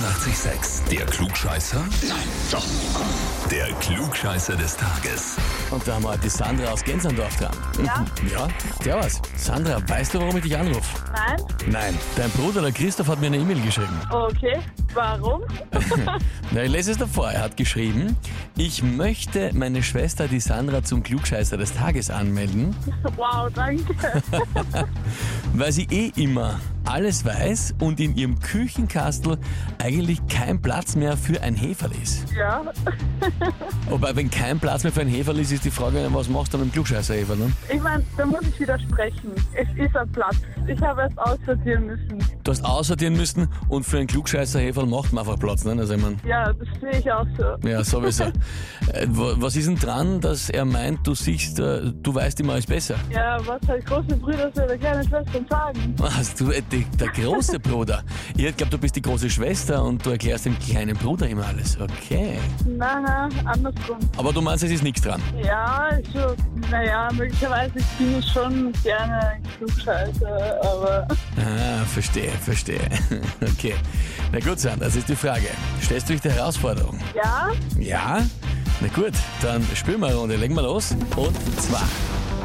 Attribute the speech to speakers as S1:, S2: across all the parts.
S1: 886, der Klugscheißer? Nein, doch. Der Klugscheißer des Tages.
S2: Und da haben wir die Sandra aus Gensandorf dran.
S3: Ja.
S2: Ja, der war's. Sandra, weißt du, warum ich dich anrufe?
S3: Nein?
S2: Nein. Dein Bruder, der Christoph, hat mir eine E-Mail geschrieben.
S3: Okay. Warum?
S2: Na, ich lese es davor. Er hat geschrieben, ich möchte meine Schwester, die Sandra, zum Klugscheißer des Tages anmelden,
S3: Wow, danke.
S2: weil sie eh immer alles weiß und in ihrem Küchenkastel eigentlich kein Platz mehr für ein Heferl ist.
S3: Ja.
S2: Wobei, wenn kein Platz mehr für ein Heferl ist, ist die Frage, was machst du mit dem Klugscheißer-Heferl? Ne?
S3: Ich meine, da muss ich widersprechen. Es ist ein Platz. Ich habe es aussortieren müssen.
S2: Du hast aussortieren müssen und für einen Klugscheißer-Heferl macht man einfach Platz. Ne? Also, ich mein,
S3: Ja, das sehe ich auch so.
S2: ja, sowieso. Äh, wa- Was ist denn dran, dass er meint, du siehst, äh, du weißt immer alles besser?
S3: Ja, was halt große Brüder zu ihrer kleinen Schwester sagen.
S2: Was, du, äh, die, der große Bruder. Ich glaube, du bist die große Schwester und du erklärst dem kleinen Bruder immer alles. Okay.
S3: Na, na, andersrum.
S2: Aber du meinst, es ist nichts dran.
S3: Ja, also, naja, möglicherweise bin ich schon gerne ein Klugscheißer, aber
S2: Ah, verstehe, verstehe. Okay. Na gut, Sandra, das ist die Frage. Stellst du dich der Herausforderung?
S3: ja,
S2: Ja? Na gut, dann spielen wir eine Runde. Legen wir los. Und zwar.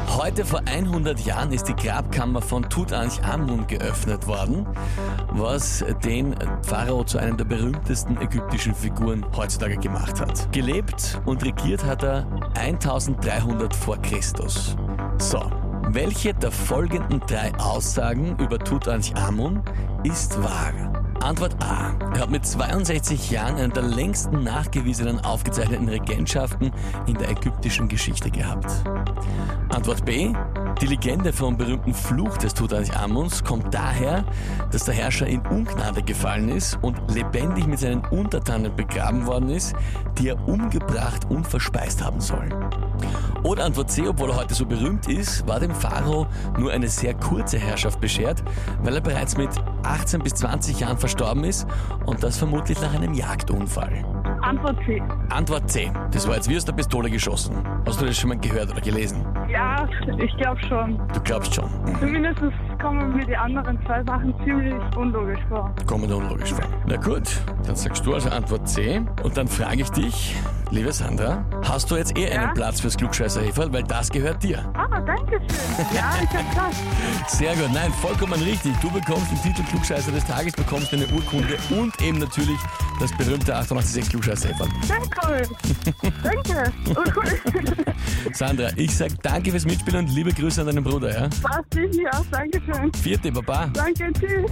S2: Heute vor 100 Jahren ist die Grabkammer von Tutanchamun geöffnet worden, was den Pharao zu einem der berühmtesten ägyptischen Figuren heutzutage gemacht hat. Gelebt und regiert hat er 1300 vor Christus. So, welche der folgenden drei Aussagen über Tutanchamun ist wahr? Antwort A. Er hat mit 62 Jahren eine der längsten nachgewiesenen aufgezeichneten Regentschaften in der ägyptischen Geschichte gehabt. Antwort B. Die Legende vom berühmten Fluch des Tutanchamuns kommt daher, dass der Herrscher in Ungnade gefallen ist und lebendig mit seinen Untertanen begraben worden ist, die er umgebracht und verspeist haben soll. Und Antwort C, obwohl er heute so berühmt ist, war dem Pharao nur eine sehr kurze Herrschaft beschert, weil er bereits mit 18 bis 20 Jahren verstorben ist und das vermutlich nach einem Jagdunfall.
S3: Antwort C.
S2: Antwort C, das war jetzt wie aus der Pistole geschossen. Hast du das schon mal gehört oder gelesen?
S3: Ja, ich glaube schon.
S2: Du glaubst schon.
S3: Zumindest kommen mir die anderen zwei Sachen ziemlich unlogisch vor.
S2: Kommt unlogisch vor. Na gut, dann sagst du also Antwort C und dann frage ich dich, liebe Sandra, hast du jetzt eh
S3: Ja?
S2: einen Platz fürs Klugscheißer-Heferl, weil das gehört dir?
S3: Ah, danke schön. Ja, ich hab das.
S2: Sehr gut, nein, vollkommen richtig. Du bekommst den Titel Klugscheißer des Tages, bekommst eine Urkunde und eben natürlich das berühmte 886 klugscheißer -Häferl.
S3: Sehr cool. Danke. Und cool.
S2: Sandra, ich sag danke fürs Mitspielen und liebe Grüße an deinen Bruder, ja?
S3: Passt dich hier auch. Dankeschön.
S2: Vierte, Baba.
S3: Danke, tschüss.